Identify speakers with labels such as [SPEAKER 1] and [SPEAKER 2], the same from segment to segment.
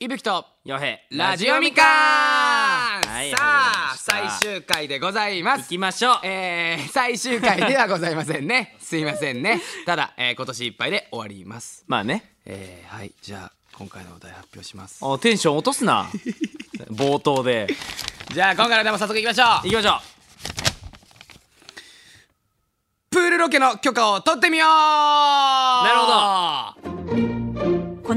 [SPEAKER 1] いぶきと
[SPEAKER 2] よへ
[SPEAKER 1] ラジオみかん、
[SPEAKER 2] はい
[SPEAKER 1] さあ
[SPEAKER 2] 始まり
[SPEAKER 1] 最
[SPEAKER 2] ました
[SPEAKER 1] 終回でございま
[SPEAKER 2] 行
[SPEAKER 1] す
[SPEAKER 2] きましょう
[SPEAKER 1] えー、最終回ではございませんね すいませんねただ、えー、今年いっぱいで終わります
[SPEAKER 2] まあね
[SPEAKER 1] えー、はいじゃあ今回のお題発表します
[SPEAKER 2] おテンション落とす な冒頭で
[SPEAKER 1] じゃあ今回のお題も早速いきましょう
[SPEAKER 2] 行きましょう
[SPEAKER 1] プールロケの許可を取ってみような
[SPEAKER 2] るほ
[SPEAKER 1] ほど
[SPEAKER 3] こ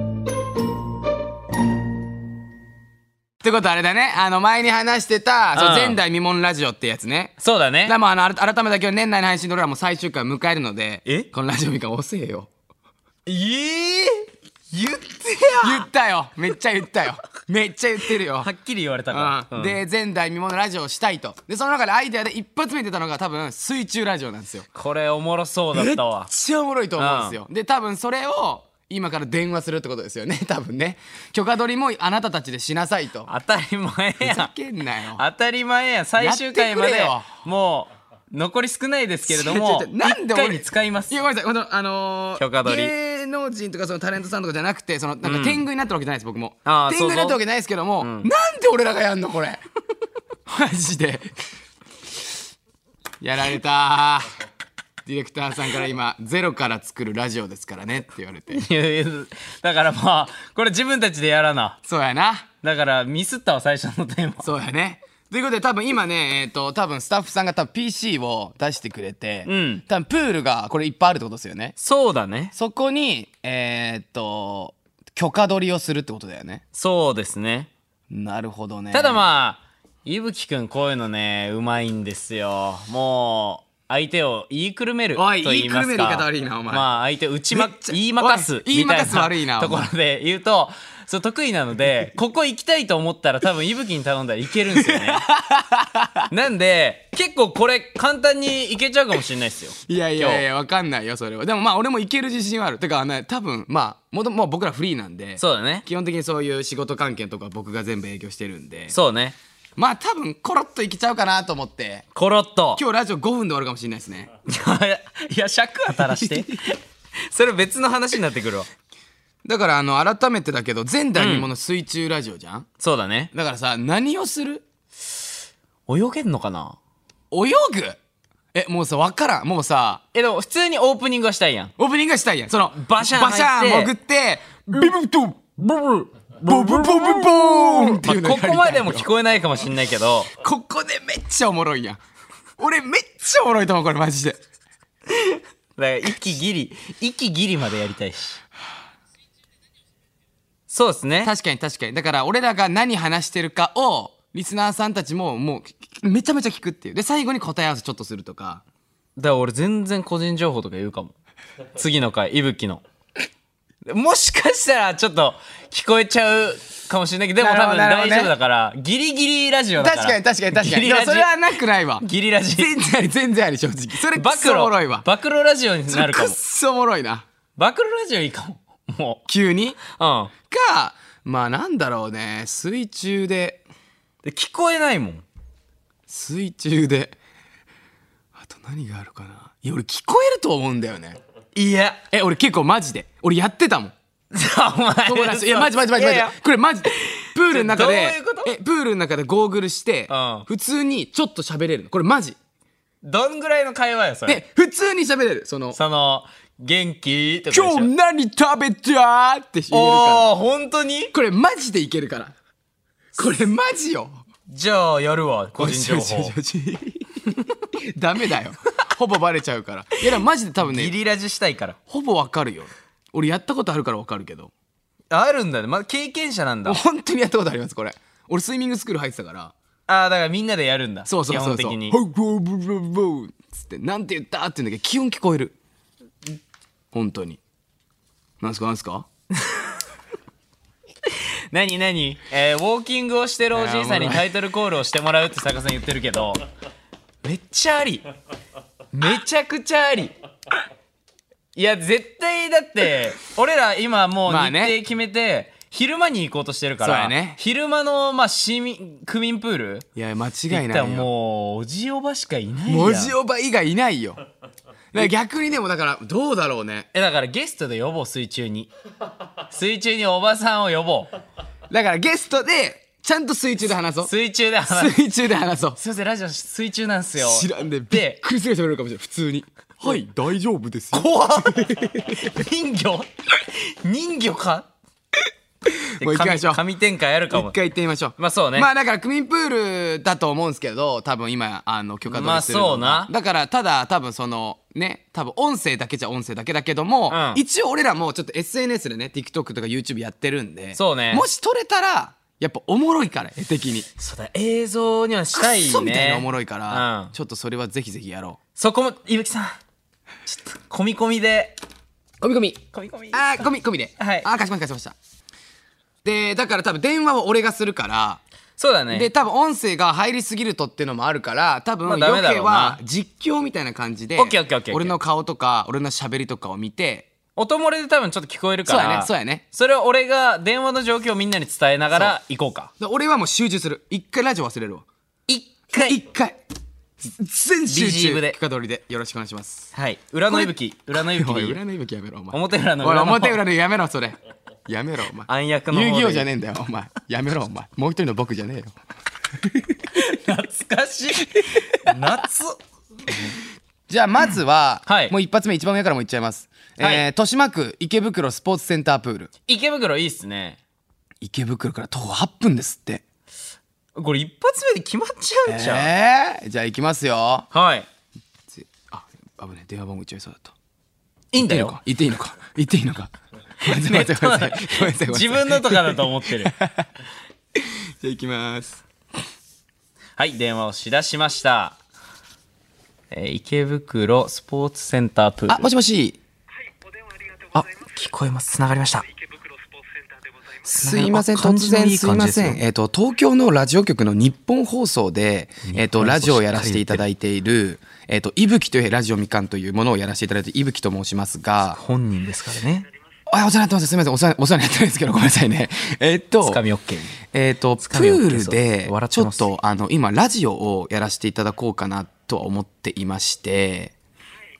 [SPEAKER 1] ってことはあれだねあの前に話してた、そう
[SPEAKER 2] うん
[SPEAKER 1] 前代未聞ラジオってやつね
[SPEAKER 2] そうだね
[SPEAKER 1] でもあのあら改めて今日年内の配信で俺らもう最終回迎えるので
[SPEAKER 2] え
[SPEAKER 1] このラジオみかん遅えよ
[SPEAKER 2] ええ言って
[SPEAKER 1] 言ったよめっちゃ言ったよめっちゃ言ってるよ
[SPEAKER 2] はっきり言われたか
[SPEAKER 1] う
[SPEAKER 2] ら、
[SPEAKER 1] ん
[SPEAKER 2] うん
[SPEAKER 1] で前代未聞のラジオをしたいとでその中でアイデアで一発目に出たのが多分水中ラジオなんですよ
[SPEAKER 2] これおもろそうだったわ
[SPEAKER 1] 超おもろいと思うんですよ、で多分それを今から電話するってことですよね 多分ね許可取りもあなたたちでしなさいと
[SPEAKER 2] 当たり前
[SPEAKER 1] ふざ
[SPEAKER 2] や
[SPEAKER 1] けんなよ
[SPEAKER 2] 当たり前や最終回ま
[SPEAKER 1] やっ
[SPEAKER 2] で
[SPEAKER 1] てくれよ
[SPEAKER 2] もう残り少ないですけれども
[SPEAKER 1] 違う違う違うなんで
[SPEAKER 2] 1
[SPEAKER 1] 俺
[SPEAKER 2] 回に使います
[SPEAKER 1] いやごめんなさいこのあのー
[SPEAKER 2] 許可取り
[SPEAKER 1] 芸能人とかそのタレントさんとかじゃなくてそのなんか
[SPEAKER 2] うん
[SPEAKER 1] 天狗になったわけじゃないです僕も
[SPEAKER 2] ああ
[SPEAKER 1] 天狗になったわけないですけども、なんで俺らがやんのこれマジでやられたディレクターさんから今「ゼロから作るラジオですからね」って言われて
[SPEAKER 2] いやいやだからまあこれ自分たちでやらな
[SPEAKER 1] そうやな
[SPEAKER 2] だからミスったわ最初のテーマ
[SPEAKER 1] そうやね。ということで多分今ね、えっ、と、多分スタッフさんが多分 PC を出してくれて、
[SPEAKER 2] うん
[SPEAKER 1] 多分プールがこれいっぱいあるってことですよね。
[SPEAKER 2] そうだね
[SPEAKER 1] そこに、えっ、と、許可取りをするってことだよね。
[SPEAKER 2] そうですね
[SPEAKER 1] なるほどね。
[SPEAKER 2] ただ
[SPEAKER 1] あ、
[SPEAKER 2] まあ伊吹くんこういうのねうまいんですよもう相手を言いくるめると
[SPEAKER 1] おい
[SPEAKER 2] 言いますか
[SPEAKER 1] 言いくるめる言い方悪いなお前
[SPEAKER 2] まあ相手を打ちま
[SPEAKER 1] めっちゃ
[SPEAKER 2] 言いまかす
[SPEAKER 1] おい
[SPEAKER 2] みたいな
[SPEAKER 1] 言いまかす悪いなお
[SPEAKER 2] とこ
[SPEAKER 1] 前
[SPEAKER 2] ろで言うとそう得意なのでここ行きたいと思ったら多分伊吹に頼んだらいけるんです よねなんで結構これ簡単に行けちゃうかもしれないですよ
[SPEAKER 1] いやいやいや、わかんないよ、それは。でもまあ俺もいける自信はある。てか、ね、多分、まあ、もともう僕らフリーなんで、
[SPEAKER 2] そうだね
[SPEAKER 1] 基本的にそういう仕事関係とか僕が全部営業してるんで、
[SPEAKER 2] そうね
[SPEAKER 1] まあ多分コロッといけちゃうかなと思って、
[SPEAKER 2] コロッと
[SPEAKER 1] 今日ラジオ5分で終わるかもしれないですね。
[SPEAKER 2] いや いや尺は垂らして それ別の話になってくるわ
[SPEAKER 1] だからあの改めてだけど前代未聞の水中ラジオじゃん、
[SPEAKER 2] そうだね
[SPEAKER 1] だからさ何をする
[SPEAKER 2] 泳げんのかな
[SPEAKER 1] 泳ぐえもうさ分からんもうさ
[SPEAKER 2] えでも普通にオープニングはしたいやん
[SPEAKER 1] オープニングがしたいやんその
[SPEAKER 2] バシャン入
[SPEAKER 1] ン潜っ
[SPEAKER 2] って
[SPEAKER 1] てビブトンボブボブボーンっていうの
[SPEAKER 2] まあここまでも聞
[SPEAKER 1] こ
[SPEAKER 2] こえないかもしんないけど
[SPEAKER 1] ここでめっちゃおもろいやん俺めっちゃおもろいと思うこれマジで
[SPEAKER 2] だから息ギリ息ギリまでやりたいしそうですね
[SPEAKER 1] 確かに確かにだから俺らが何話してるかをリスナーさんたちももうめちゃめちゃ聞くっていうで最後に答え合わせちょっとするとか
[SPEAKER 2] だから俺全然個人情報とか言うかも次の回いぶきのもしかしたらちょっと聞こえちゃうかもしれないけどでも多分
[SPEAKER 1] なるほどなるほど
[SPEAKER 2] 大
[SPEAKER 1] ね
[SPEAKER 2] 丈夫だから、ギリギリラジオだか
[SPEAKER 1] 確
[SPEAKER 2] ら
[SPEAKER 1] かに確かに確かに
[SPEAKER 2] ギ
[SPEAKER 1] い
[SPEAKER 2] リラ
[SPEAKER 1] や
[SPEAKER 2] ジ
[SPEAKER 1] それはなくないわ
[SPEAKER 2] ギリラジ
[SPEAKER 1] 全然あり全然あり正直それ
[SPEAKER 2] 暴
[SPEAKER 1] ク
[SPEAKER 2] 露
[SPEAKER 1] ソおもろいわ
[SPEAKER 2] 暴露ラジオになるか
[SPEAKER 1] くっ
[SPEAKER 2] も
[SPEAKER 1] そおもろいな
[SPEAKER 2] 暴露ラジオいいかもも
[SPEAKER 1] 急に
[SPEAKER 2] ううん
[SPEAKER 1] かまあなんだろうね水中で
[SPEAKER 2] で聞こえないもん
[SPEAKER 1] 水中であと何があるかないや俺聞こえると思うんだよね
[SPEAKER 2] いや
[SPEAKER 1] え俺結構マジで俺やってたもん
[SPEAKER 2] お前
[SPEAKER 1] 友 達といやマジマジマジマジ
[SPEAKER 2] いやいや
[SPEAKER 1] これマジでプールの中で
[SPEAKER 2] ちょどういうこと
[SPEAKER 1] えプールの中でゴーグルして
[SPEAKER 2] うん
[SPEAKER 1] 普通にちょっと喋れるのこれマジ
[SPEAKER 2] どんぐらいの会話よそれ
[SPEAKER 1] で普通に喋れるその
[SPEAKER 2] その元気とかでしょ
[SPEAKER 1] 今日何食べたって言えるから
[SPEAKER 2] おー本当に
[SPEAKER 1] これマジでいけるからこれマジよ
[SPEAKER 2] じゃあやる わ個人情報
[SPEAKER 1] ダメだよほぼバレちゃうからいやでもマジで多分
[SPEAKER 2] ギ
[SPEAKER 1] ね
[SPEAKER 2] リラジしたいから
[SPEAKER 1] ほぼわかるよ俺やったことあるからわかるけど
[SPEAKER 2] あるんだねまだ経験者なんだあ
[SPEAKER 1] 本当にやったことありますこれ俺スイミングスクール入ってたから
[SPEAKER 2] あーだからみんなでやるんだ
[SPEAKER 1] そうそうそう
[SPEAKER 2] 基
[SPEAKER 1] そう
[SPEAKER 2] 本的に
[SPEAKER 1] ほいほいほいほいほいっつってなんて言ったって言うんだけど基本聞こえる本当になんすかなんすか
[SPEAKER 2] 何何、えー、ウォーキングをしてるおじいさんにタイトルコールをしてもらうって坂さん言ってるけどめっちゃありめちゃくちゃありいや絶対だって俺ら今もう日
[SPEAKER 1] まあ
[SPEAKER 2] 程
[SPEAKER 1] ね
[SPEAKER 2] 決めて昼間に行こうとしてるから、
[SPEAKER 1] そうやね
[SPEAKER 2] 昼間のまあ市民区民プール
[SPEAKER 1] いや間違い
[SPEAKER 2] 行っ
[SPEAKER 1] ない
[SPEAKER 2] たら
[SPEAKER 1] よ
[SPEAKER 2] もうおじおばしかいないやん
[SPEAKER 1] 文字おば以外いないよだから逆にでもだからどうだろうね
[SPEAKER 2] えだからゲストで呼ぼう水中に水中におばさんを呼ぼう
[SPEAKER 1] だからゲストでちゃんと水中で話そう
[SPEAKER 2] 水中で話す
[SPEAKER 1] 水中で話そう
[SPEAKER 2] すいませんラジオ水中なんすよ
[SPEAKER 1] 知らんでびっ
[SPEAKER 2] で
[SPEAKER 1] くりするぐらい喋れるかもしれない普通にはい大丈夫ですよ
[SPEAKER 2] 怖っ人魚人魚 か
[SPEAKER 1] もう行きましょう
[SPEAKER 2] 神展開あるか
[SPEAKER 1] 一
[SPEAKER 2] も
[SPEAKER 1] 回行ってみましょう
[SPEAKER 2] まあそうね
[SPEAKER 1] まあだから区民プールだと思うんですけど多分今あの許可取りしてるのが
[SPEAKER 2] まあそうな
[SPEAKER 1] だからただ多分そのね多分音声だけじゃ音声だけだけども、
[SPEAKER 2] うん
[SPEAKER 1] 一応俺らもちょっと SNS でね TikTok とか YouTube やってるんで
[SPEAKER 2] そうね
[SPEAKER 1] もし撮れたらやっぱおもろいから絵的に
[SPEAKER 2] そうだ映像にはしたい
[SPEAKER 1] ク
[SPEAKER 2] ね
[SPEAKER 1] ソみたいなおもろいから、
[SPEAKER 2] うん
[SPEAKER 1] ちょっとそれはぜひぜひやろ
[SPEAKER 2] そこもいぶきさんちょっと込み込みで
[SPEAKER 1] う込み込み
[SPEAKER 2] 込み込み
[SPEAKER 1] あー込み込みで
[SPEAKER 2] はい
[SPEAKER 1] あー貸しました貸しましたでだから多分電話は俺がするから
[SPEAKER 2] そうだね
[SPEAKER 1] で多分音声が入りすぎるとっていうのもあるから多分
[SPEAKER 2] まあ
[SPEAKER 1] 余
[SPEAKER 2] ダメだ
[SPEAKER 1] 計
[SPEAKER 2] ろうな
[SPEAKER 1] は実況みたいな感じで
[SPEAKER 2] オッケーオッケーオッケーオッケー
[SPEAKER 1] 俺の顔とか俺の喋りとかを見て
[SPEAKER 2] 音漏れで多分ちょっと聞こえるから
[SPEAKER 1] そうやねそうやね
[SPEAKER 2] それを俺が電話の状況をみんなに伝えながら行こうか
[SPEAKER 1] で俺はもう集中する一回ラジオ忘れるわ
[SPEAKER 2] 一
[SPEAKER 1] 一回全集
[SPEAKER 2] ビジーブ
[SPEAKER 1] 中
[SPEAKER 2] で
[SPEAKER 1] 許可取りでよろしくお願いします
[SPEAKER 2] はい裏のいぶき裏のいぶき
[SPEAKER 1] お
[SPEAKER 2] でい
[SPEAKER 1] い
[SPEAKER 2] い
[SPEAKER 1] 裏の息吹やめろお前
[SPEAKER 2] 表裏の
[SPEAKER 1] おい
[SPEAKER 2] 裏の
[SPEAKER 1] 表裏のやめろそれやめろお前
[SPEAKER 2] 暗躍の方で
[SPEAKER 1] 遊戯王じゃねえんだよお前やめろお前もう一人の僕じゃねえよ
[SPEAKER 2] 懐かしい 夏
[SPEAKER 1] じゃあまずは、
[SPEAKER 2] うんはい
[SPEAKER 1] もう一発目一番上からもいっちゃいます、
[SPEAKER 2] はい
[SPEAKER 1] えー豊島区池袋スポーツセンタープール
[SPEAKER 2] 池袋いいっすね
[SPEAKER 1] 池袋から徒歩8分ですって
[SPEAKER 2] これ一発目で決まっちゃうんじゃん、
[SPEAKER 1] えー、じゃあ行きますよ
[SPEAKER 2] はい
[SPEAKER 1] つあ危ねえ電話番号言っちゃいそうだった
[SPEAKER 2] いいんだ
[SPEAKER 1] 言
[SPEAKER 2] よ
[SPEAKER 1] っていいのか言っていいのか言っていいのかごめんなさい ご めんなさいごめんなさいごめんなさい
[SPEAKER 2] 自分のとかだと思 ってる
[SPEAKER 1] じゃあ行きます
[SPEAKER 2] はい電話をしだしました、えー池袋スポーツセンタープール
[SPEAKER 1] あもしもし
[SPEAKER 2] あ聞こえますつながりました
[SPEAKER 1] すいません
[SPEAKER 2] あ感
[SPEAKER 1] 突
[SPEAKER 2] じのい
[SPEAKER 1] 然
[SPEAKER 2] い
[SPEAKER 1] すいませ
[SPEAKER 2] 感じ
[SPEAKER 1] んえっ、と東京のラジオ局の日本放送でえっ、と
[SPEAKER 2] 日本放送
[SPEAKER 1] ラジオをやらせていただいているえっ、といぶきというラジオみかんというものをやらせていただいているいぶきと申しますが
[SPEAKER 2] 本人ですからね
[SPEAKER 1] あお世話になってますすいませんお世話お世話になってるんですけどごめんなさいねえっ、と
[SPEAKER 2] つかみ OK
[SPEAKER 1] えっ、と、プ
[SPEAKER 2] かみを受
[SPEAKER 1] ー
[SPEAKER 2] け
[SPEAKER 1] ル
[SPEAKER 2] そう
[SPEAKER 1] で
[SPEAKER 2] 笑、っ
[SPEAKER 1] ち
[SPEAKER 2] て
[SPEAKER 1] ょ
[SPEAKER 2] ま
[SPEAKER 1] っ
[SPEAKER 2] す
[SPEAKER 1] と、あの、今、ラジオをやらせていただこうかなとは思っていまして、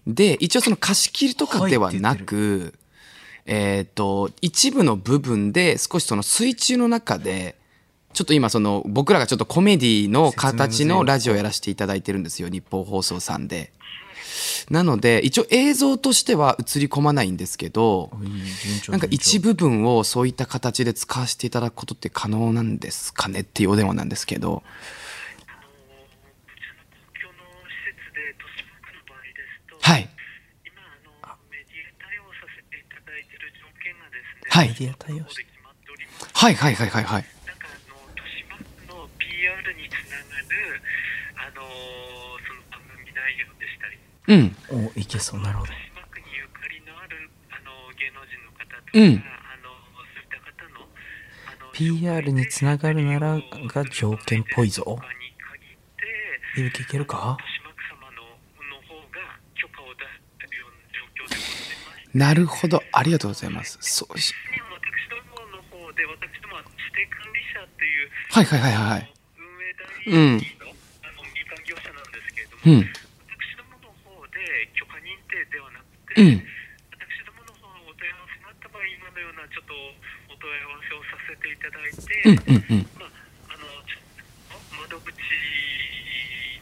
[SPEAKER 1] で、一応その貸し切りとかではなく、えっ、と、一部の部分で少しその水中の中で、ちょっと今その僕らがちょっとコメディの形のラジオをやらせていただいてるんですよ、日本放送さんで。なので、一応映像としては映り込まないんですけど、なんか一部分をそういった形で使わせていただくことって可能なんですかねっていうお電話なんですけど
[SPEAKER 4] 公共の施設で豊島区の場合ですと、
[SPEAKER 1] はい
[SPEAKER 4] 今あのメディア対応させていただいている条件がですね、
[SPEAKER 1] はい
[SPEAKER 2] メディア対応
[SPEAKER 4] ここで決まっております。
[SPEAKER 1] はいはいはいはいはい
[SPEAKER 4] なんかあの豊島区の PR につながるあのその番組内容でしたり、
[SPEAKER 1] うん
[SPEAKER 2] おいけそうなるほど
[SPEAKER 4] 豊島区にゆかりのあるあの芸能人の方とか、
[SPEAKER 1] うん
[SPEAKER 4] あのそういった方のあの
[SPEAKER 2] PR につながるならが条件っぽいぞ
[SPEAKER 4] 場に限って。
[SPEAKER 2] いぶきいけるか
[SPEAKER 4] 豊島区様のの方が許可を出しているような状況でございます。
[SPEAKER 1] なるほどありがとうございますそうし
[SPEAKER 4] 私どもの方で、私どもは指定管理者という
[SPEAKER 1] はいはいはいはいはい
[SPEAKER 4] 運営代理の、あの民間業者なんですけれど
[SPEAKER 1] うん
[SPEAKER 4] も、私どもの方で許可認定ではなくて、
[SPEAKER 1] うん
[SPEAKER 4] 私どもの方のお問い合わせがあった場合、今のようなちょっとお問い合わせをさせていただい
[SPEAKER 1] うん
[SPEAKER 4] て、
[SPEAKER 1] うんうん
[SPEAKER 4] まあ、あのちょ窓口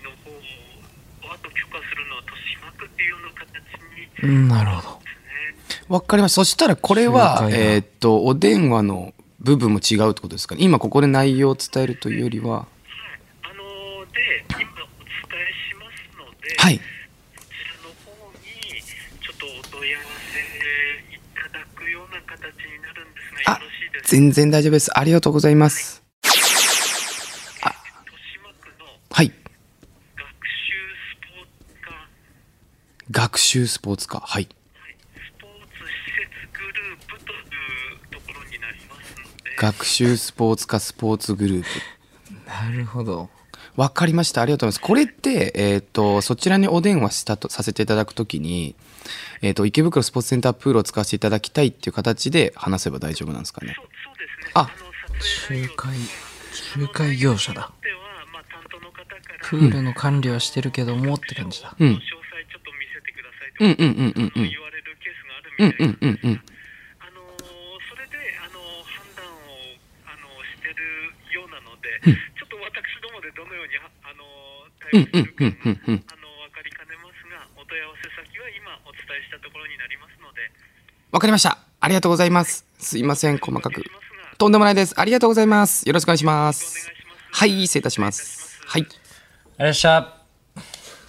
[SPEAKER 4] の方をあと許可するのを豊島区っていうような形にです
[SPEAKER 2] なるほど
[SPEAKER 4] ね、
[SPEAKER 1] わかりましたそしたらこれは
[SPEAKER 2] 了解だ
[SPEAKER 1] えーっとお電話の部分も違うってことですかね今ここで内容を伝えるというよりは
[SPEAKER 4] はい、あので今お伝えしますので、
[SPEAKER 1] はい
[SPEAKER 4] こちらの方にちょっとお問い合わせいただくような形になるんですが
[SPEAKER 1] あ
[SPEAKER 4] よろしいですか
[SPEAKER 1] 全然大丈夫ですありがとうございます
[SPEAKER 4] 豊島区の
[SPEAKER 1] はい
[SPEAKER 4] 学習スポーツ科、
[SPEAKER 1] 学習スポーツ科はい
[SPEAKER 4] はい、スポーツ施設グループというところになりますので。
[SPEAKER 1] 学習スポーツ科スポーツグループ
[SPEAKER 2] なるほど
[SPEAKER 1] わかりました。ありがとうございます。これって、えっ、と、そちらにお電話したと、させていただくときに、えっ、と、池袋スポーツセンタープールを使わせていただきたいっていう形で話せば大丈夫なんですかね
[SPEAKER 4] そ。うそうです
[SPEAKER 1] あ
[SPEAKER 4] ね。の
[SPEAKER 5] 仲介仲介業者だ
[SPEAKER 4] では、まあ、担当の方から
[SPEAKER 5] プールの管理はしてるけどもって感じだ、
[SPEAKER 1] うん。
[SPEAKER 4] 詳細ちょっと見せてくださ
[SPEAKER 1] う
[SPEAKER 4] いとか
[SPEAKER 1] んうんうんうんうん。
[SPEAKER 4] 言われるケース
[SPEAKER 1] う
[SPEAKER 4] があるみ
[SPEAKER 1] ん
[SPEAKER 4] たい
[SPEAKER 1] うん
[SPEAKER 4] な
[SPEAKER 1] んう
[SPEAKER 4] で
[SPEAKER 1] んうん。
[SPEAKER 4] あのーそれで、あのー判断を、あのーしてるようなので、ちょっと私どもでどのように、ああのー対応するかが、
[SPEAKER 1] うんうんうんうんうん
[SPEAKER 4] あのー分かりかねますが、お問い合わせ先は今お伝えしたところになりますので、
[SPEAKER 1] わかりました。ありがとうございます。すいません、細かく
[SPEAKER 4] お願いし。ますが、
[SPEAKER 1] とんでもないです。ありがとうございます。よろしくお願いしま
[SPEAKER 4] お
[SPEAKER 1] す
[SPEAKER 4] 願。いします。
[SPEAKER 1] はい、失礼いたします。はい。
[SPEAKER 2] ありがとうござい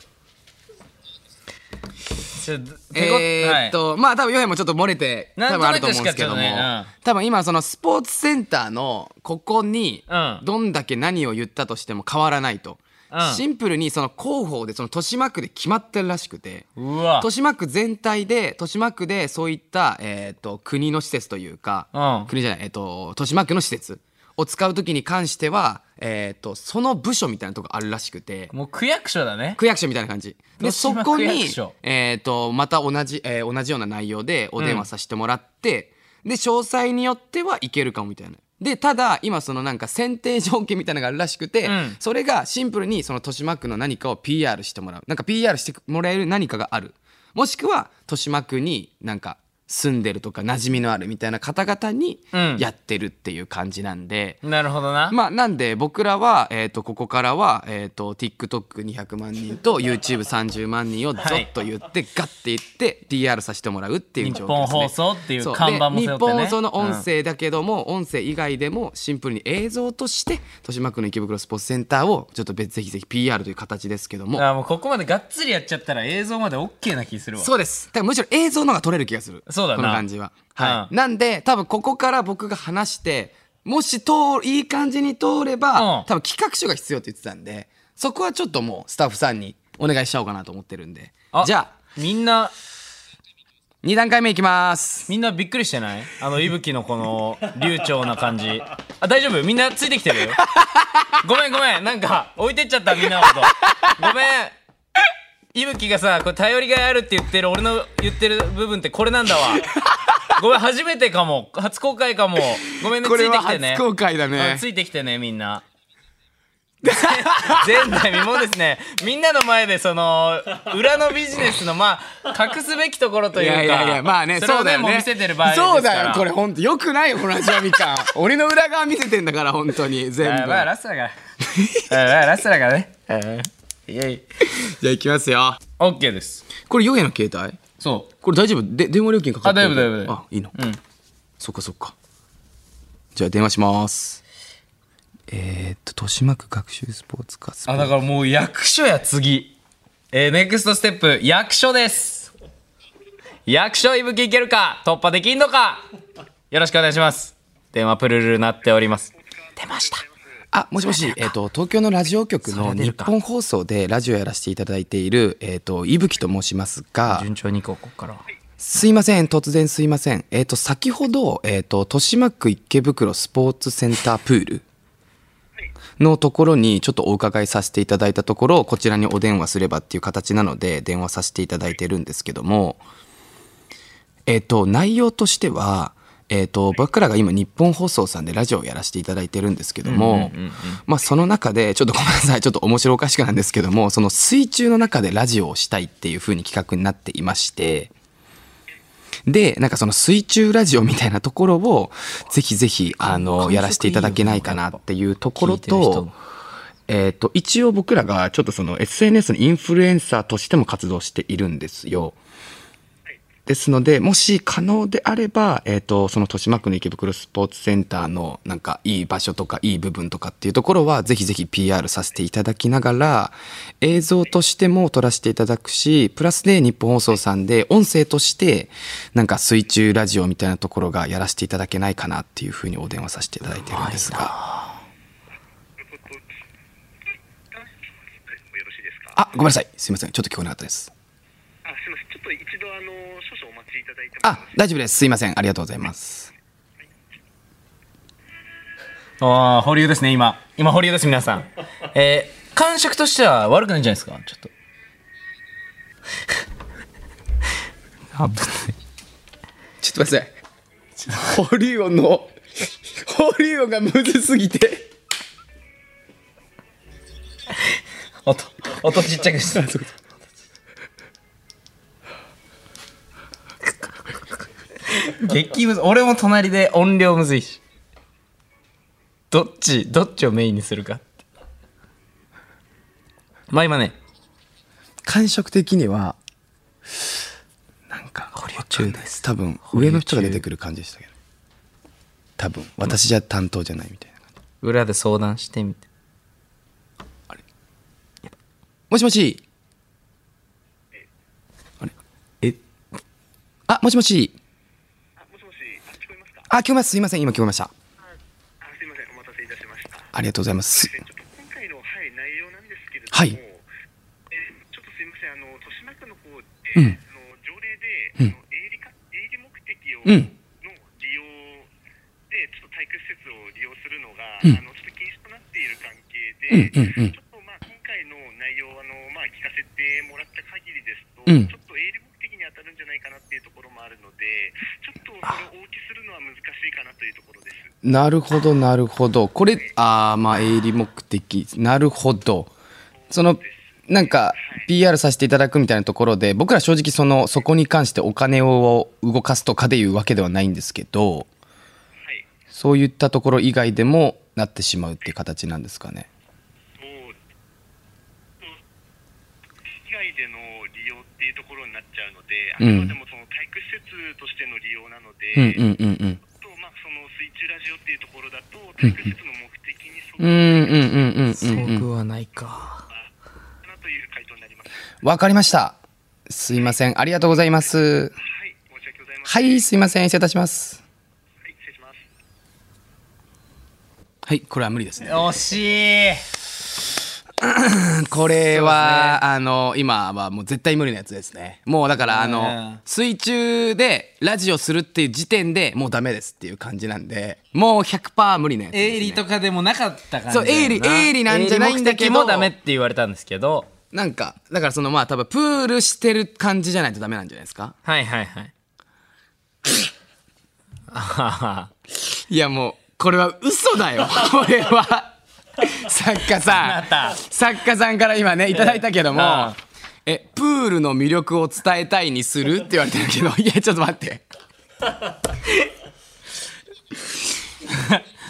[SPEAKER 2] ましたちょっと手ご
[SPEAKER 1] えーっと、まあ多分、ヨヘもちょっと漏れて、
[SPEAKER 2] なん
[SPEAKER 1] 多
[SPEAKER 2] と
[SPEAKER 1] 分ある
[SPEAKER 2] なく
[SPEAKER 1] と思うんですけども、
[SPEAKER 2] しかちょっとね
[SPEAKER 1] 多分今、そのスポーツセンターのここに
[SPEAKER 2] うん、
[SPEAKER 1] どんだけ何を言ったとしても変わらないと。
[SPEAKER 2] うん
[SPEAKER 1] シンプルに、その広報で、その豊島区で決まってるらしくて、
[SPEAKER 2] うわ
[SPEAKER 1] 豊島区全体で、豊島区でそういった、えーっと、国の施設というか、
[SPEAKER 2] うん
[SPEAKER 1] 国じゃない、えーっと、豊島区の施設を使うときに関しては、えーっと、その部署みたいなとこあるらしくて、
[SPEAKER 2] もう区役所だね
[SPEAKER 1] 区役所みたいな感じで
[SPEAKER 2] 豊
[SPEAKER 1] そ
[SPEAKER 2] 島
[SPEAKER 1] こ
[SPEAKER 2] 区
[SPEAKER 1] に
[SPEAKER 2] 役所、
[SPEAKER 1] えー、とまた同じ、えー同じような内容でお電話させてもらって、で詳細によってはいけるかもみたいなでただ今そのなんか選定条件みたいなのがあるらしくて、
[SPEAKER 2] うん
[SPEAKER 1] それがシンプルにその豊島区の何かを PR してもらうなんか PR してもらえる何かがあるもしくは豊島区になんか住んでるとか馴染みのあるみたいな方々に
[SPEAKER 2] うん
[SPEAKER 1] やってるっていう感じなんで、
[SPEAKER 2] なるほどな、
[SPEAKER 1] まあ、なんで僕らは、えー、とここからは、えー、と TikTok200 万人と YouTube30 万人をゾッと言って、ガッて言って DR させてもらうっていう
[SPEAKER 2] 日
[SPEAKER 1] 状況で
[SPEAKER 2] 本
[SPEAKER 1] すね。
[SPEAKER 2] 放送っていう
[SPEAKER 1] そう
[SPEAKER 2] 看板も
[SPEAKER 1] で
[SPEAKER 2] 背
[SPEAKER 1] 日
[SPEAKER 2] 負
[SPEAKER 1] 本
[SPEAKER 2] ってね
[SPEAKER 1] 放送の音声だけども、音声以外でもシンプルに映像として豊島区の池袋スポーツセンターをちょっと別ぜひぜひ PR という形ですけど
[SPEAKER 2] うん
[SPEAKER 1] も
[SPEAKER 2] あもうここまでがっつりやっちゃったら映像まで OK な気するわ
[SPEAKER 1] そうですだからむしろ映像の方が撮れる気がする
[SPEAKER 2] そうだな
[SPEAKER 1] この感じは、はい
[SPEAKER 2] うん
[SPEAKER 1] なんで多分ここから僕が話してもし通いい感じに通れば、
[SPEAKER 2] うん
[SPEAKER 1] 多分企画書が必要って言ってたんでそこはちょっともうスタッフさんにお願いしちゃおうかなと思ってるんで
[SPEAKER 2] あ
[SPEAKER 1] じゃあ
[SPEAKER 2] みんな
[SPEAKER 1] 2段階目いきます
[SPEAKER 2] みんなびっくりしてないあの、いぶきのこの、流暢な感じ。あ、大丈夫みんなついてきてるよ。ごめんごめん。なんか、置いてっちゃった、みんなのこと。ごめん。いぶきがさ、これ頼りがいあるって言ってる、俺の言ってる部分ってこれなんだわ。ごめん、初めてかも。初公開かも。ごめんね、つ
[SPEAKER 1] これ
[SPEAKER 2] いて
[SPEAKER 1] は
[SPEAKER 2] きてね。
[SPEAKER 1] 初公開だ
[SPEAKER 2] うん
[SPEAKER 1] ね
[SPEAKER 2] ついてきてね、みんな。 前代未聞ですねみんなの前でその裏のビジネスのまあ隠すべきところと
[SPEAKER 1] い
[SPEAKER 2] いうか
[SPEAKER 1] やいやいやまあね
[SPEAKER 2] それを
[SPEAKER 1] そうだよ
[SPEAKER 2] もう
[SPEAKER 1] ね
[SPEAKER 2] 見せてる場合ですから
[SPEAKER 1] そうだよこれ本当よくないよこのラジオみ かん俺の裏側見せてんだから本当に全
[SPEAKER 2] あ
[SPEAKER 1] 部
[SPEAKER 2] まあラストだからあまあラストだからねいやい
[SPEAKER 1] じゃあいきますよ
[SPEAKER 2] オッケーです
[SPEAKER 1] これヨゲの携帯
[SPEAKER 2] そ
[SPEAKER 1] これ大丈夫で電話料金かかってる
[SPEAKER 2] あ大丈夫大丈夫
[SPEAKER 1] あいいの
[SPEAKER 2] ううん
[SPEAKER 1] そっかそっか。じゃあ電話します。えー、っと、豊島区学習スポーツ課スポ
[SPEAKER 2] あだ
[SPEAKER 1] ーツ。
[SPEAKER 2] からもう役所や次えー、ネクストステップ役所です役所いぶきいけるか突破できんのかよろしくお願いします電話プルルなっております出ました
[SPEAKER 1] あ、もしもし、えーっと、東京のラジオ局の日本放送でラジオやらせていただいている、えーっと、いぶきと申しますが、
[SPEAKER 2] 順調にいこうこっからは
[SPEAKER 1] すいません、突然すいません。えーっと、先ほど、えーっと、豊島区池袋スポーツセンタープール。のところにちょっとお伺いさせていただいたところこちらにお電話すればっていう形なので電話させていただいてるんですけどもえっ、と内容としてはえっ、と僕らが今日本放送さんでラジオをやらせていただいてるんですけどもまあその中でちょっとごめんなさいちょっと面白おかしくなんですけどもその水中の中でラジオをしたいっていう風に企画になっていまして。で、なんかその水中ラジオみたいなところを、ぜひぜひ、あの、やらせていただけないかなっていうところ
[SPEAKER 2] 聞いてる人
[SPEAKER 1] と
[SPEAKER 2] も、
[SPEAKER 1] えっ、と、一応僕らがちょっとその SNS のインフルエンサーとしても活動しているんですよ。ですので、もし可能であれば、えっ、と、その豊島区の池袋スポーツセンターのなんかいい場所とかいい部分とかっていうところは、ぜひぜひ PR させていただきながら、映像としても撮らせていただくし、プラスで日本放送さんで音声として、なんか水中ラジオみたいなところがやらせていただけないかなっていうふうにお電話させていただいてるんですが。
[SPEAKER 4] よろしいですか
[SPEAKER 1] あ、ごめんなさい。すいません。ちょっと聞こえなかったです。
[SPEAKER 4] あすみません、ちょっと一度、あのー少々お待ちいただいても
[SPEAKER 1] あ、大丈夫です。すいません。ありがとうございます。
[SPEAKER 2] ああ、保留ですね、今。今、保留です、皆さん。えー感触としては悪くないんじゃないですかちょっと
[SPEAKER 5] 危ない。
[SPEAKER 1] ちょっと待ってください。ホリオンの、ホリオンがむずすぎて。
[SPEAKER 2] 音音ちっちゃくして激ムズ俺も隣で音量むずいしどっちどっちをメインにするかってまあ今ね
[SPEAKER 1] 感触的には、なんか、
[SPEAKER 5] リオン
[SPEAKER 1] 途中です。多分、上の人が出てくる感じでしたけど。多分、私じゃ担当じゃないみたいな感じ。
[SPEAKER 2] 裏で相談してみて
[SPEAKER 1] もしもし。あれえあ、もしもし。
[SPEAKER 4] あもしもしあ聞こえますか
[SPEAKER 1] あ、聞こえます。すいません。今聞こえました。
[SPEAKER 4] あすいませんお待たせいたしました
[SPEAKER 1] ありがとうございます。
[SPEAKER 4] ちょっと今回の、はい、内容なんですけれども、
[SPEAKER 1] はい
[SPEAKER 4] えーちょっとすみません、あの豊島区の方で、
[SPEAKER 1] うん
[SPEAKER 4] あの条例で、あの営利か営利目的を、
[SPEAKER 1] うん
[SPEAKER 4] の利用で、ちょっと体育施設を利用するのが、
[SPEAKER 1] うん
[SPEAKER 4] あのちょっと禁止となっている関
[SPEAKER 1] うんうんう
[SPEAKER 4] 係で、
[SPEAKER 1] ん
[SPEAKER 4] ちょっとまあ今回の内容をあの、まあ、聞かせてもらった限りですと、
[SPEAKER 1] うん
[SPEAKER 4] ちょっと営利目的に当たるんじゃないかなっていうところもあるので、ちょっとそれを大きするのは難しいかなというところです。
[SPEAKER 1] なるほどなるほどこれああまあ営利目的なるほどそのなんか PR させていただくみたいなところで僕ら正直そのそこに関してお金を動かすとかでいうわけではないんですけど
[SPEAKER 4] はい
[SPEAKER 1] そういったところ以外でもなってしまうっていう形なんですかね
[SPEAKER 4] もう、以外での利用っていうところになっちゃうので、あく
[SPEAKER 1] うん
[SPEAKER 4] までもその体育施設としての利用なので、
[SPEAKER 1] うんうんうんうん
[SPEAKER 4] とまあ、その水中ラジオっていうところだと、体育施設の目的に
[SPEAKER 1] う
[SPEAKER 4] 沿っ
[SPEAKER 1] んうんうんうん
[SPEAKER 5] 遠
[SPEAKER 1] うんうん
[SPEAKER 5] くはないか。
[SPEAKER 4] たなという回答になります。
[SPEAKER 1] わかりましたすいませんありがとうございます
[SPEAKER 4] はい、申し訳ございません。
[SPEAKER 1] はいすいません失礼いたします
[SPEAKER 4] はい、失礼します。
[SPEAKER 1] はいこれは無理ですね
[SPEAKER 2] 惜しい
[SPEAKER 1] これは、あの今はもう絶対無理なやつですねもうだからあの
[SPEAKER 2] ね
[SPEAKER 1] 水中でラジオするっていう時点でもうダメですっていう感じなんでもう100%無理なやつです、ね、
[SPEAKER 2] エイリとかでもなかった感じ
[SPEAKER 1] そうエイリエイリなんじゃないんだけど
[SPEAKER 2] エイリ目的もダメって言われたんですけど
[SPEAKER 1] なんかだからそのまあ多分プールしてる感じじゃないとダメなんじゃないですか
[SPEAKER 2] はいはいはいあは
[SPEAKER 1] いやもうこれは嘘だよ これは作家さ
[SPEAKER 2] あなた
[SPEAKER 1] ん作家さんから今ねいただいたけども
[SPEAKER 2] ああ
[SPEAKER 1] えプールの魅力を伝えたいにするって言われてるけど いやちょっと待って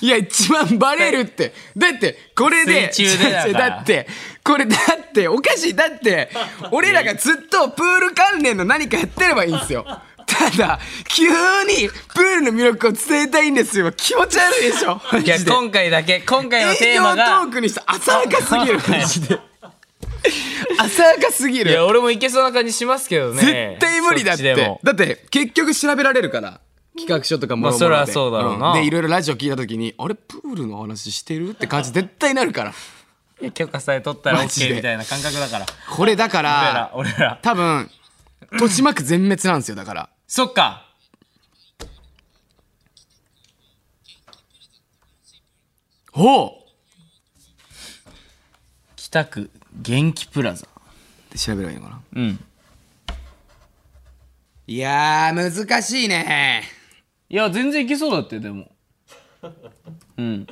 [SPEAKER 1] いや一番バレるってだってこれで
[SPEAKER 2] 水中でだか ら
[SPEAKER 1] だってこれだっておかしいだって 俺らがずっとプール関連の何かやってればいいんですよただ急にプールの魅力を伝えたいんですよ気持ち悪いでしょマ
[SPEAKER 2] いや
[SPEAKER 1] ジで
[SPEAKER 2] 今回だけ今回の
[SPEAKER 1] 営
[SPEAKER 2] テー
[SPEAKER 1] 業
[SPEAKER 2] マ
[SPEAKER 1] ト
[SPEAKER 2] が
[SPEAKER 1] ークにして浅はかす ぎるマジで浅はかすぎ
[SPEAKER 2] い
[SPEAKER 1] る
[SPEAKER 2] や俺もいけそうな感じしますけどね
[SPEAKER 1] 絶対無理だっ
[SPEAKER 2] そちで
[SPEAKER 1] て
[SPEAKER 2] も
[SPEAKER 1] だって結局調べられるから企画書とかもろもろで
[SPEAKER 2] まあそりゃそうだろうなん
[SPEAKER 1] でいろいろラジオ聞いた時にあれプールの話してるって感じ絶対なるから
[SPEAKER 2] いや許可さえ取ったら
[SPEAKER 1] マジ
[SPEAKER 2] OK
[SPEAKER 1] で
[SPEAKER 2] みたいな感覚だから
[SPEAKER 1] これだか
[SPEAKER 2] 俺ら
[SPEAKER 1] ら
[SPEAKER 2] 俺ら
[SPEAKER 1] 多分豊島区全滅なんですよだから
[SPEAKER 2] そっか
[SPEAKER 1] ほう
[SPEAKER 2] 北区元気プラザ
[SPEAKER 1] って調べればいいのかな
[SPEAKER 2] うん
[SPEAKER 1] いやー難しいね
[SPEAKER 2] いや全然いけそうだってでもうん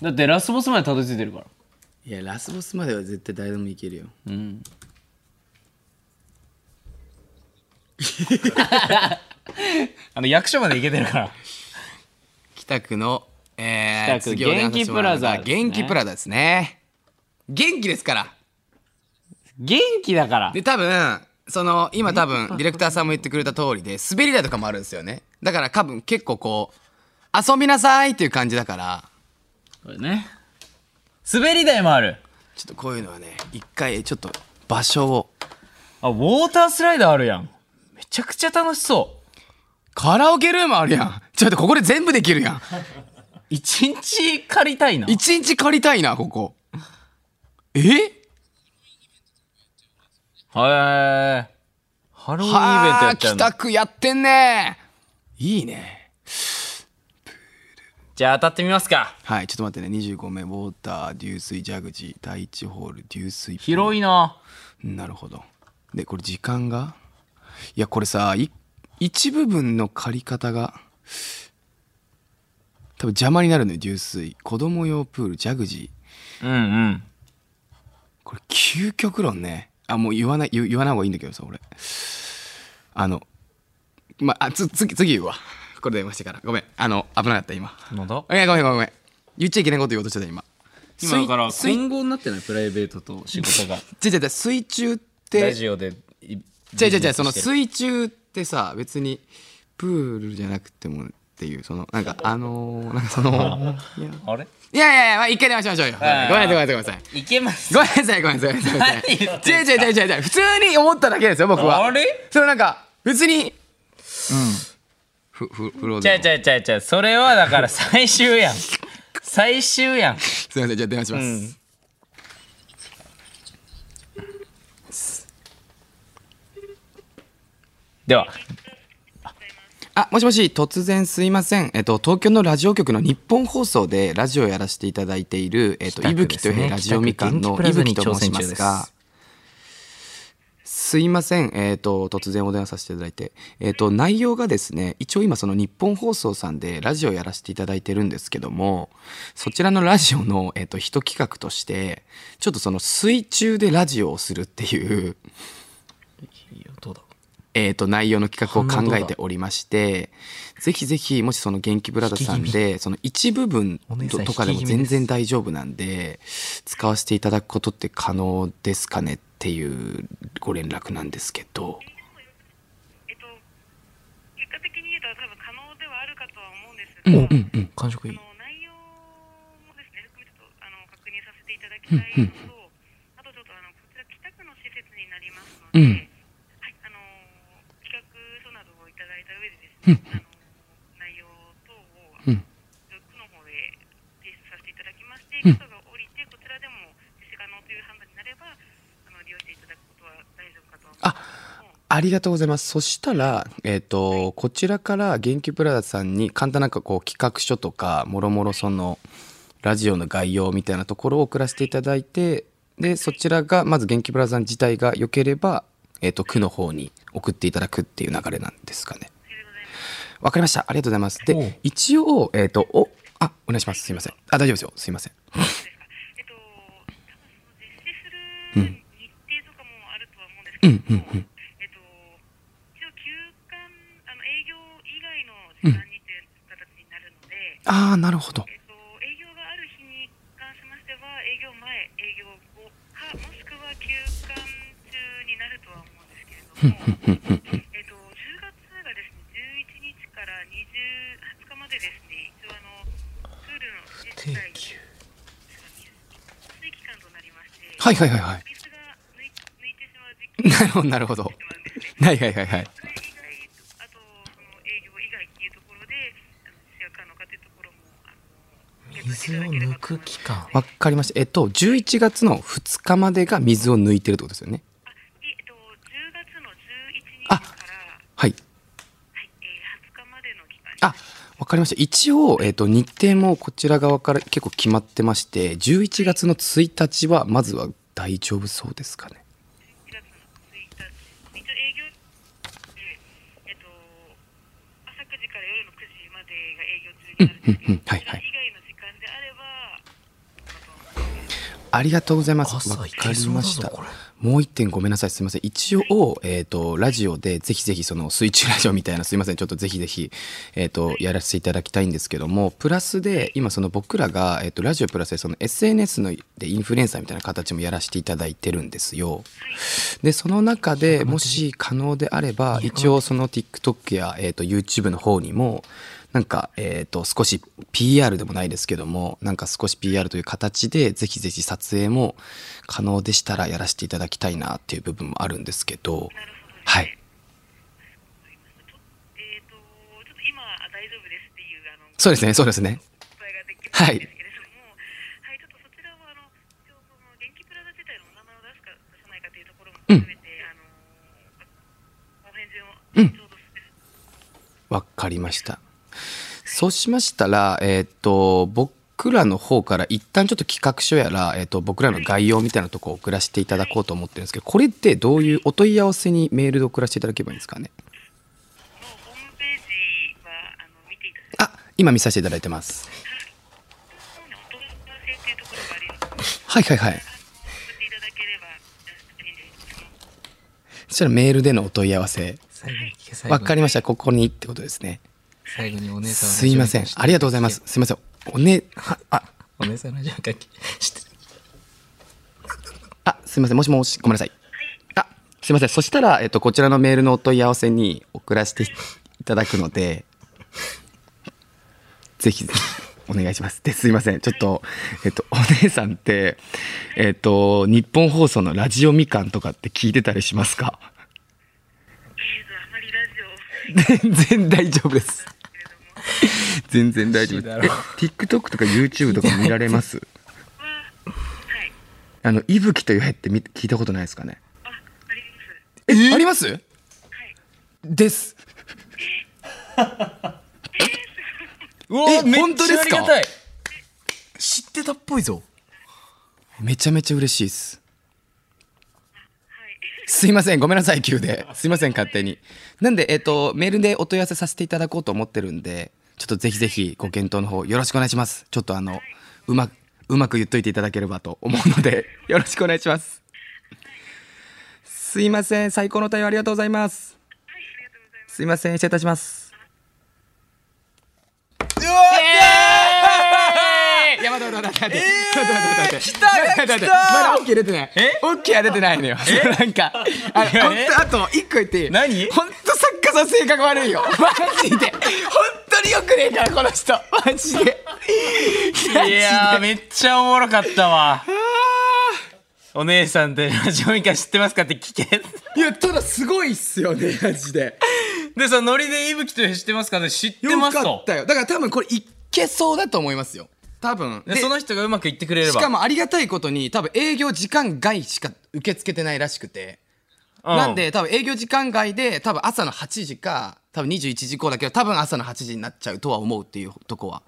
[SPEAKER 2] だってラスボスまでたどり着いてるから
[SPEAKER 1] いやラスボスまでは絶対誰でもいけるよ
[SPEAKER 2] うんあの役所まで行けてるから
[SPEAKER 1] 北区のえー、
[SPEAKER 2] 北区
[SPEAKER 1] 次お願いさせてもらうのが
[SPEAKER 2] 元気プラザですね
[SPEAKER 1] 元気プラザですね元気ですから
[SPEAKER 2] 元気だから
[SPEAKER 1] で多分その今多分ディレクターさんも言ってくれた通りで滑り台とかもあるんですよねだから多分結構こう遊びなさいっていう感じだから
[SPEAKER 2] これね滑り台もある
[SPEAKER 1] ちょっとこういうのはね一回ちょっと場所を
[SPEAKER 2] あウォータースライダーあるやんめちゃくちゃ楽しそう
[SPEAKER 1] カラオケルームあるやんちょっとここで全部できるやん
[SPEAKER 2] 一日借りたいな
[SPEAKER 1] 一日借りたいなここえ
[SPEAKER 2] はい。ハロウィンイベントや
[SPEAKER 1] は
[SPEAKER 2] っ
[SPEAKER 1] あ
[SPEAKER 2] ち
[SPEAKER 1] 帰
[SPEAKER 2] ゃうの。
[SPEAKER 1] 宅やってんねいいね
[SPEAKER 2] じゃあ当たってみますか
[SPEAKER 1] はい、ちょっと待ってね。25名、ウォーター、流水、蛇口、第1ホール、流水。
[SPEAKER 2] 広いな
[SPEAKER 1] なるほど。で、これ時間がいや、これさ、い一部分の借り方が、多分邪魔になるのよ、流水。子供用プール、ジャグジー。
[SPEAKER 2] うんうん
[SPEAKER 1] これ、究極論ね。あ、もう言わない、言言わない方がいいんだけどさ、俺。あの、まあ、つ、次、次言うわ。これ電話してから。ごめん。あの、危なかった、今。
[SPEAKER 2] 喉
[SPEAKER 1] いや、ごめん、ごめん、ごめん。言っちゃいけないこと言おうとしてた、今。
[SPEAKER 2] 今だから
[SPEAKER 1] 水
[SPEAKER 2] 混合になってないプライベートと仕 事が
[SPEAKER 1] 違う違う違う水中って
[SPEAKER 2] ラジオで違う
[SPEAKER 1] 違う違う違うその水中ってさ別にプールじゃなくてもっていうそのなんかあのー、なんかその いや
[SPEAKER 2] あれ
[SPEAKER 1] いやいやいや、まあ、一回電話しましょうよ
[SPEAKER 2] はい
[SPEAKER 1] ごめんなさいごめんなさい
[SPEAKER 2] いけます
[SPEAKER 1] ごめんなさいごめんなさいごめんなさいごめんなさい
[SPEAKER 2] 何言ってん
[SPEAKER 1] 違う違う違う違う違う普通に思っただけですよ僕は
[SPEAKER 2] あれ
[SPEAKER 1] そのなんか別にうんふふ風呂
[SPEAKER 2] ち
[SPEAKER 1] で
[SPEAKER 2] ゃうちゃうちゃうちゃうそれはだから最終やん最終やん
[SPEAKER 1] すいませんじゃあ電話します、
[SPEAKER 2] うんでは
[SPEAKER 1] あ、もしもし、突然すいません。えっと、東京のラジオ局の日本放送でラジオをやらせていただいている、えっと、
[SPEAKER 2] 北
[SPEAKER 1] いぶ
[SPEAKER 2] 区
[SPEAKER 1] き
[SPEAKER 2] で
[SPEAKER 1] と
[SPEAKER 2] す
[SPEAKER 1] い
[SPEAKER 2] ね
[SPEAKER 1] うラジオみかんの
[SPEAKER 2] 北区
[SPEAKER 1] い
[SPEAKER 2] 元気プラ
[SPEAKER 1] ぶきと
[SPEAKER 2] ザに
[SPEAKER 1] 申しま
[SPEAKER 2] 挑戦
[SPEAKER 1] す
[SPEAKER 2] 中で
[SPEAKER 1] が
[SPEAKER 2] す、
[SPEAKER 1] すいません。えっと、突然お電話させていただいて。えっと、内容がですね、一応今その日本放送さんでラジオをやらせていただいてるんですけども、そちらのラジオの、えっと、一企画として、ちょっとその水中でラジオをするっていう、
[SPEAKER 2] どうだ
[SPEAKER 1] えー、と内容の企画を
[SPEAKER 2] 反応
[SPEAKER 1] 考
[SPEAKER 2] どう
[SPEAKER 1] え
[SPEAKER 2] だ
[SPEAKER 1] ておりましてぜひぜひもしその元気ブラザーさんでその一部分
[SPEAKER 2] お姉さん
[SPEAKER 1] ととかでも
[SPEAKER 2] 引き気味
[SPEAKER 1] 全
[SPEAKER 2] です
[SPEAKER 1] 然大丈夫なんで使わせていただくことって可能ですかねっていうご連絡なんですけど
[SPEAKER 4] えっと、結果的に言うと、多分可能ではあるかとは思うんですが、あの
[SPEAKER 2] 感触いい
[SPEAKER 4] 内容もですね、含めてちょっとあの確認させていただきたいのと、あとちょっとあのこちら、北区の施設になりますの
[SPEAKER 1] う
[SPEAKER 4] で、
[SPEAKER 1] ん
[SPEAKER 4] はい、あの企画書などをいただいた上でですね、あの内容等
[SPEAKER 1] う
[SPEAKER 4] を、
[SPEAKER 1] ん
[SPEAKER 4] 区の方で提出させていただきまして、許可が下りて、こちらでも実施可能という判断になれば、あの利用していただくことは大丈夫かとは思います。
[SPEAKER 1] ありがとうございますそしたら、えー、とこちらから元気ブラザーさんに簡単なんかこう企画書とかもろもろそのラジオの概要みたいなところを送らせていただいてでそちらがまず元気ブラザーさん自体が良ければ、えー、と区の方に送っていただくっていう流れなんですかね。わかりましたありがとうございます。
[SPEAKER 2] お
[SPEAKER 1] で
[SPEAKER 2] う
[SPEAKER 1] 一応えっ、とおあお願いしますすいませんあ大丈夫ですよすいません。
[SPEAKER 4] えっと、多分その実施する日程とかもあるとは思うんですけども、えっと、一応休館、あの営業以外の時間にという形になるので、
[SPEAKER 1] ああなるほど。
[SPEAKER 4] えっと、営業がある日に関しましては、営業前、営業後か、もしくは休館中になるとは思うんですけれども、 えっと、10月がですね、11日から20、20日までですね、一応あの、プールの施設内に水期間となりまして、
[SPEAKER 1] はいはいはいはい。
[SPEAKER 4] 水が抜い抜いてしまう時期
[SPEAKER 1] なるほどなるほど。
[SPEAKER 4] なん
[SPEAKER 1] はい
[SPEAKER 4] ですね。
[SPEAKER 1] はいはいはい。
[SPEAKER 4] それ以外、あとその営業以外っていうところで、あの使用可能かっていうところも、あの検討してい
[SPEAKER 2] 水
[SPEAKER 4] た
[SPEAKER 2] を
[SPEAKER 4] だければ
[SPEAKER 2] 抜
[SPEAKER 4] と
[SPEAKER 2] く
[SPEAKER 4] 思います
[SPEAKER 2] 期間
[SPEAKER 1] わかりました。えっと、11月の2日までが水を抜いてるってことですよね。
[SPEAKER 4] あいえっと、10月の11日
[SPEAKER 1] あ
[SPEAKER 4] から、
[SPEAKER 1] はい。
[SPEAKER 4] はいえー、20日までの期間に
[SPEAKER 1] あ、わかりました。一応、えっと、日程もこちら側から結構決まってまして、11月の1日は、まずは大丈夫そうですかね。
[SPEAKER 4] 1月の1日、一応営業で、えっと、朝9時から夜の9時までが営業中になるんですけ
[SPEAKER 1] うんうんう
[SPEAKER 4] ど
[SPEAKER 1] ん、はいはい
[SPEAKER 4] それ以外の時間であれば、
[SPEAKER 1] ありがとうございます。
[SPEAKER 2] 朝
[SPEAKER 1] わ
[SPEAKER 2] い
[SPEAKER 1] か
[SPEAKER 2] け
[SPEAKER 1] り
[SPEAKER 2] そうだ
[SPEAKER 1] まし
[SPEAKER 2] ぞ
[SPEAKER 1] た。
[SPEAKER 2] これ
[SPEAKER 1] もう一点ごめんなさい。すいません。一応、えっ、と、ラジオで、ぜひぜひ、その、水中ラジオみたいな、すいません。ちょっとぜひぜひ、えっ、と、やらせていただきたいんですけども、プラスで、今、その、僕らが、えっ、と、ラジオプラスで、その、SNS の、で、インフルエンサーみたいな形もやらせていただいてるんですよ。で、その中で、もし可能であれば、一応、その、TikTok や、えっ、と、YouTube の方にも、なんか、えっ、と、少し PR でもないですけども、なんか少し PR という形で、ぜひぜひ撮影も可能でしたらやらせていただきたいなっていう部分もあるんですけど、
[SPEAKER 4] なるほどですね。
[SPEAKER 1] はい。
[SPEAKER 4] ちょえっ、と、ちょっと今、あ大丈夫ですっていう、あの、
[SPEAKER 1] そうですね、そうですね。
[SPEAKER 4] お伝えができないんですけれども、はい、ちょっとそちらは、あの、一応その元気プラザ自体のお名前を出すか、出さないかというところも含めて、あの、お返事を、ちょうどする
[SPEAKER 1] わかりました。そうしましたら、えーっと、僕らの方から一旦ちょっと企画書やら、えーっと、僕らの概要みたいなとこを送らせていただこうと思ってるんですけど、これってどういうお問い合わせにメールで送らせていただければいいんですかね
[SPEAKER 4] もうホームページはあの見ていただいて
[SPEAKER 1] あ、今見させていただいてます。
[SPEAKER 4] そうねお問い合わせっていうところがあります
[SPEAKER 1] はいはいはい。
[SPEAKER 4] 送っていただければいいです
[SPEAKER 1] そしたらメールでのお問い合わせ。
[SPEAKER 5] 最後に聞け最後
[SPEAKER 1] わ
[SPEAKER 5] に
[SPEAKER 1] かりました。ここにってことですね。
[SPEAKER 5] 最後にお姉さんの
[SPEAKER 1] すいません。ありがとうございます。すいません。おね、あ、あ、
[SPEAKER 5] お姉さんの情報書きして
[SPEAKER 1] あすいません。もしもし。ごめんなさい。あ、すいません。そしたら、えっと、こちらのメールのお問い合わせに送らせていただくので、ぜひぜひ。お願いします。で、すいません。ちょっと、えっと、お姉さんって、えっと、日本放送のラジオみかんとかって聞いてたりしますか
[SPEAKER 4] えーとあまりラジオを
[SPEAKER 1] 全然大丈夫です。全然大丈夫です。え TikTok とか YouTube とか見られます
[SPEAKER 4] ははい
[SPEAKER 1] あの、いぶきというへってみ聞いたことないですかね
[SPEAKER 4] あありま
[SPEAKER 1] え、
[SPEAKER 4] す
[SPEAKER 1] ありますです。
[SPEAKER 2] うわ
[SPEAKER 1] え
[SPEAKER 2] め
[SPEAKER 1] 本
[SPEAKER 2] っ
[SPEAKER 1] 当
[SPEAKER 2] ち
[SPEAKER 1] で
[SPEAKER 2] ゃあ
[SPEAKER 1] す
[SPEAKER 2] り
[SPEAKER 1] か
[SPEAKER 2] がたい
[SPEAKER 5] 知ってたっぽいぞ
[SPEAKER 1] めちゃめちゃ嬉しいです。すいません。ごめんなさい、急で。すいません、勝手に。なんで、えっ、と、メールでお問い合わせさせていただこうと思ってるんで、ちょっとぜひぜひご検討の方よろしくお願いします。ちょっとあの、うまく、うまく言っといていただければと思うので、よろしくお願いします。すいません。最高の対応ありがとうございます。すいません。失礼いたします。いや、待って待って待って待って。来た待って待って待って。まだオッケー出てない。
[SPEAKER 2] え
[SPEAKER 1] オッケーは出てないのよ。 なんか、あの、
[SPEAKER 2] いや
[SPEAKER 1] 本
[SPEAKER 2] え
[SPEAKER 1] 当あと一個言っていい
[SPEAKER 2] 何
[SPEAKER 1] 本当作家さん性格悪い よ。マジで。本当によくねえから、この人。マジで。マジ
[SPEAKER 2] い
[SPEAKER 1] で
[SPEAKER 2] やーめっちゃおもろかったわお姉さんってラジオミカ知ってますかって聞け
[SPEAKER 1] いや、ただすごいっすよね、マジで。
[SPEAKER 2] でさノリで伊吹と知ってますかって知って
[SPEAKER 1] よ
[SPEAKER 2] ま
[SPEAKER 1] か
[SPEAKER 2] すと
[SPEAKER 1] ったよ。だから多分これいけそうだと思いますよ。多分。
[SPEAKER 2] で
[SPEAKER 1] で
[SPEAKER 2] その人がうまくいってくれれば
[SPEAKER 1] しかもありがたいことに多分営業時間外しか受け付けてないらしくて。
[SPEAKER 2] うん
[SPEAKER 1] なんで多分営業時間外で多分朝の8時か多分21時以降だけど多分朝の8時になっちゃうとは思うっていうとこは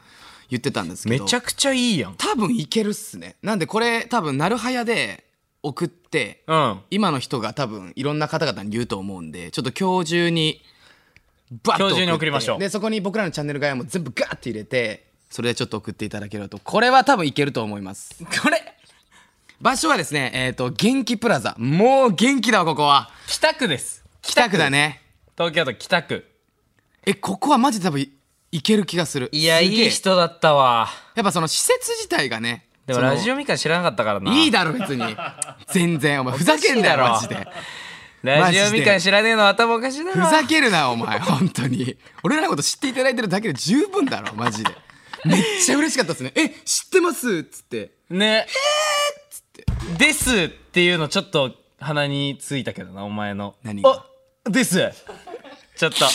[SPEAKER 1] 言ってたんですけ
[SPEAKER 2] め
[SPEAKER 1] ど
[SPEAKER 2] ちゃくちゃいいやん
[SPEAKER 1] 多分いけるっすねなんでこれ多分なるはやで送って、
[SPEAKER 2] うん
[SPEAKER 1] 今の人が多分いろんな方々に言うと思うんでちょっと今日中にバッと
[SPEAKER 2] 今日中に
[SPEAKER 1] って
[SPEAKER 2] 送りましょう
[SPEAKER 1] でそこに僕らのチャンネル概要も全部ガーって入れてそれでちょっと送っていただけるとこれは多分いけると思います
[SPEAKER 2] これ
[SPEAKER 1] 場所はですねえっ、と元気プラザもう元気だわここは
[SPEAKER 2] 北区です
[SPEAKER 1] 北区だね
[SPEAKER 2] 東京都北区
[SPEAKER 1] えここはマジで多分いいける気がする
[SPEAKER 2] いや
[SPEAKER 1] す
[SPEAKER 2] い
[SPEAKER 1] げえ
[SPEAKER 2] い人だったわ
[SPEAKER 1] やっぱその施設自体がね
[SPEAKER 2] でも
[SPEAKER 1] その
[SPEAKER 2] ラジオミカ知らなかったからない
[SPEAKER 1] いだろ別に全然お前ふざけんなよマ
[SPEAKER 2] おかし
[SPEAKER 1] ジ
[SPEAKER 2] いだ
[SPEAKER 1] で
[SPEAKER 2] ラジオみか
[SPEAKER 1] マ
[SPEAKER 2] ん
[SPEAKER 1] ジ
[SPEAKER 2] 知らねえの頭おかしいだ
[SPEAKER 1] ふ
[SPEAKER 2] ろ
[SPEAKER 1] ざけるなお前本当に俺らのこと知っていただいてるだけで十分だろマジでめっちゃ嬉しかったですねえ知ってますっつって
[SPEAKER 2] ねですっていうのちょっと鼻についたけどなお前の
[SPEAKER 1] 何が
[SPEAKER 2] あですちょっと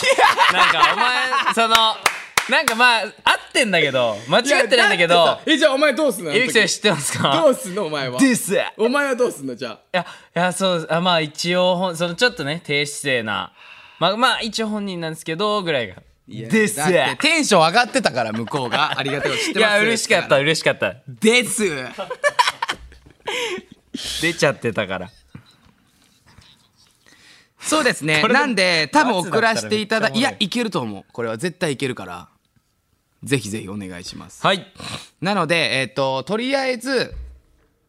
[SPEAKER 2] なんかお前そのなんかまあ合ってんだけど間違ってないんだけ
[SPEAKER 1] いや
[SPEAKER 2] ど
[SPEAKER 1] ってさえじゃあお前どうすんのあの
[SPEAKER 2] ゆ
[SPEAKER 1] 時
[SPEAKER 2] うきさん知ってますか
[SPEAKER 1] どうすんのお前は
[SPEAKER 2] ですい
[SPEAKER 1] お前はどうすんのじゃあ
[SPEAKER 2] やいやそうあまあ一応ほんそのちょっとね低姿勢なまあまあ一応本人なんですけどぐらいがです
[SPEAKER 1] だってテンション上がってたから向こう がありがとう知ってます
[SPEAKER 2] いや嬉しかった嬉しかった
[SPEAKER 1] です
[SPEAKER 2] 出ちゃってたから
[SPEAKER 1] そうですね。
[SPEAKER 2] これで
[SPEAKER 1] なんで、多分送らせていただ、
[SPEAKER 2] 罰
[SPEAKER 1] い
[SPEAKER 2] だったらめっちゃおもろい
[SPEAKER 1] や、いけると思う。これは絶対いけるから、ぜひぜひお願いします。
[SPEAKER 2] はい
[SPEAKER 1] なので、えっ、と、とりあえず、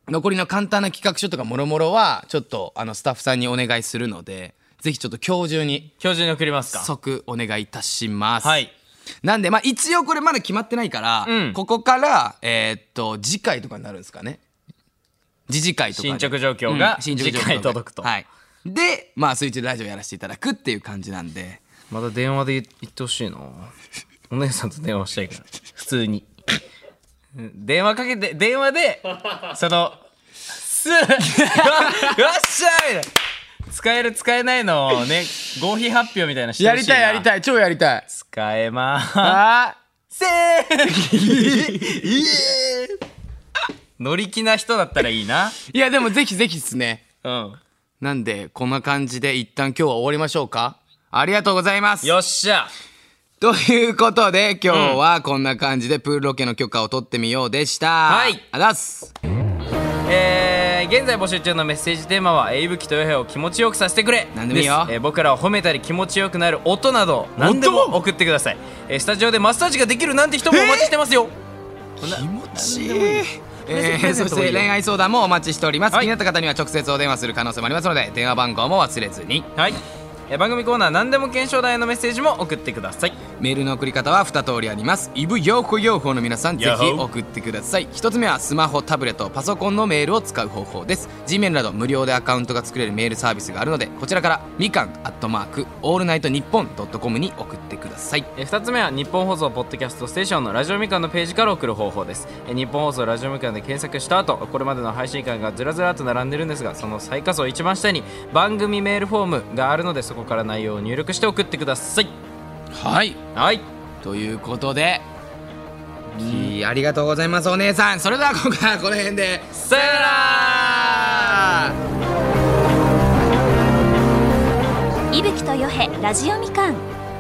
[SPEAKER 1] 残りの簡単な企画書とかもろもろは、ちょっと、あの、スタッフさんにお願いするので、ぜひちょっと今日中に、
[SPEAKER 2] 今日中に送りますか
[SPEAKER 1] 即お願いいたします。
[SPEAKER 2] はい。
[SPEAKER 1] なんで、まあ、一応これまだ決まってないから、
[SPEAKER 2] うん
[SPEAKER 1] ここから、えっ、と、次回とかになるんですかね。次次回とかで。
[SPEAKER 2] 進捗状況が
[SPEAKER 1] うん進捗状況
[SPEAKER 2] 次回届くと
[SPEAKER 1] はい。で、まあ、スイッチラジオやらせていただくっていう感じなんで、
[SPEAKER 2] まだ電話で言言ってほしいなお姉さんと電話したいから普通にうん電話かけて電話でその「す よっしゃ!」みたいな使える使えないのをね合否発表みたいなして
[SPEAKER 1] や
[SPEAKER 2] ほ
[SPEAKER 1] り
[SPEAKER 2] しいな
[SPEAKER 1] たいやり
[SPEAKER 2] い
[SPEAKER 1] たい超やりたい
[SPEAKER 2] 使えまー
[SPEAKER 1] あ
[SPEAKER 2] せ ー乗り気な人だったらいいな
[SPEAKER 1] ーいやでもぜひぜひですね
[SPEAKER 2] うん
[SPEAKER 1] なんでこんな感じで一旦今日は終わりましょうかありがとうございます
[SPEAKER 2] よっしゃ
[SPEAKER 1] ということで、今日はこんな感じでプールロケの許可を取ってみようでした。
[SPEAKER 2] はい
[SPEAKER 1] あざっす。
[SPEAKER 2] えー現在募集中のメッセージテーマは「えーいぶきとよへを気持ちよくさせてくれ」
[SPEAKER 1] 何でもいいよ
[SPEAKER 2] すえー僕らを褒めたり気持ちよくなる音など何でも送ってください、えースタジオでマッサージができるなんて人もお待ちしてますよ、
[SPEAKER 1] 気持ちいい。えー、そして恋愛相談もお待ちしております、
[SPEAKER 2] は
[SPEAKER 1] 気
[SPEAKER 2] い
[SPEAKER 1] になった方には直接お電話する可能性もありますので電話番号も忘れずに
[SPEAKER 2] はいえー番組コーナー何でも検証台へのメッセージも送ってください
[SPEAKER 1] メールの送り方は2通りありますイブヨーコヨーホーの皆さんぜ
[SPEAKER 2] ヤッホ
[SPEAKER 1] ひ
[SPEAKER 2] ー
[SPEAKER 1] 送ってください1つ目はスマホタブレットパソコンのメールを使う方法です Gmail など無料でアカウントが作れるメールサービスがあるのでこちらからみかんアットマークオールナイトニッポンドットコムに送ってください
[SPEAKER 2] えー二つ目は日本放送ポッドキャストステーションのラジオみかんのページから送る方法ですえー日本放送ラジオみかんで検索した後これまでの配信会がずらずらっと並んでるんですがその最下層一番下に番組メールフォームがあるのでそこから内容を入力して送ってください
[SPEAKER 1] はい
[SPEAKER 2] はい
[SPEAKER 1] ということで、きありがとうございますお姉さんそれでは今回はこの辺で
[SPEAKER 2] さよなら
[SPEAKER 3] 伊吹とよへラジオみかん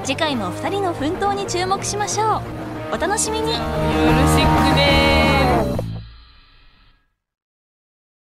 [SPEAKER 3] 次回も2人の奮闘に注目しましょうお楽しみに
[SPEAKER 6] ろしく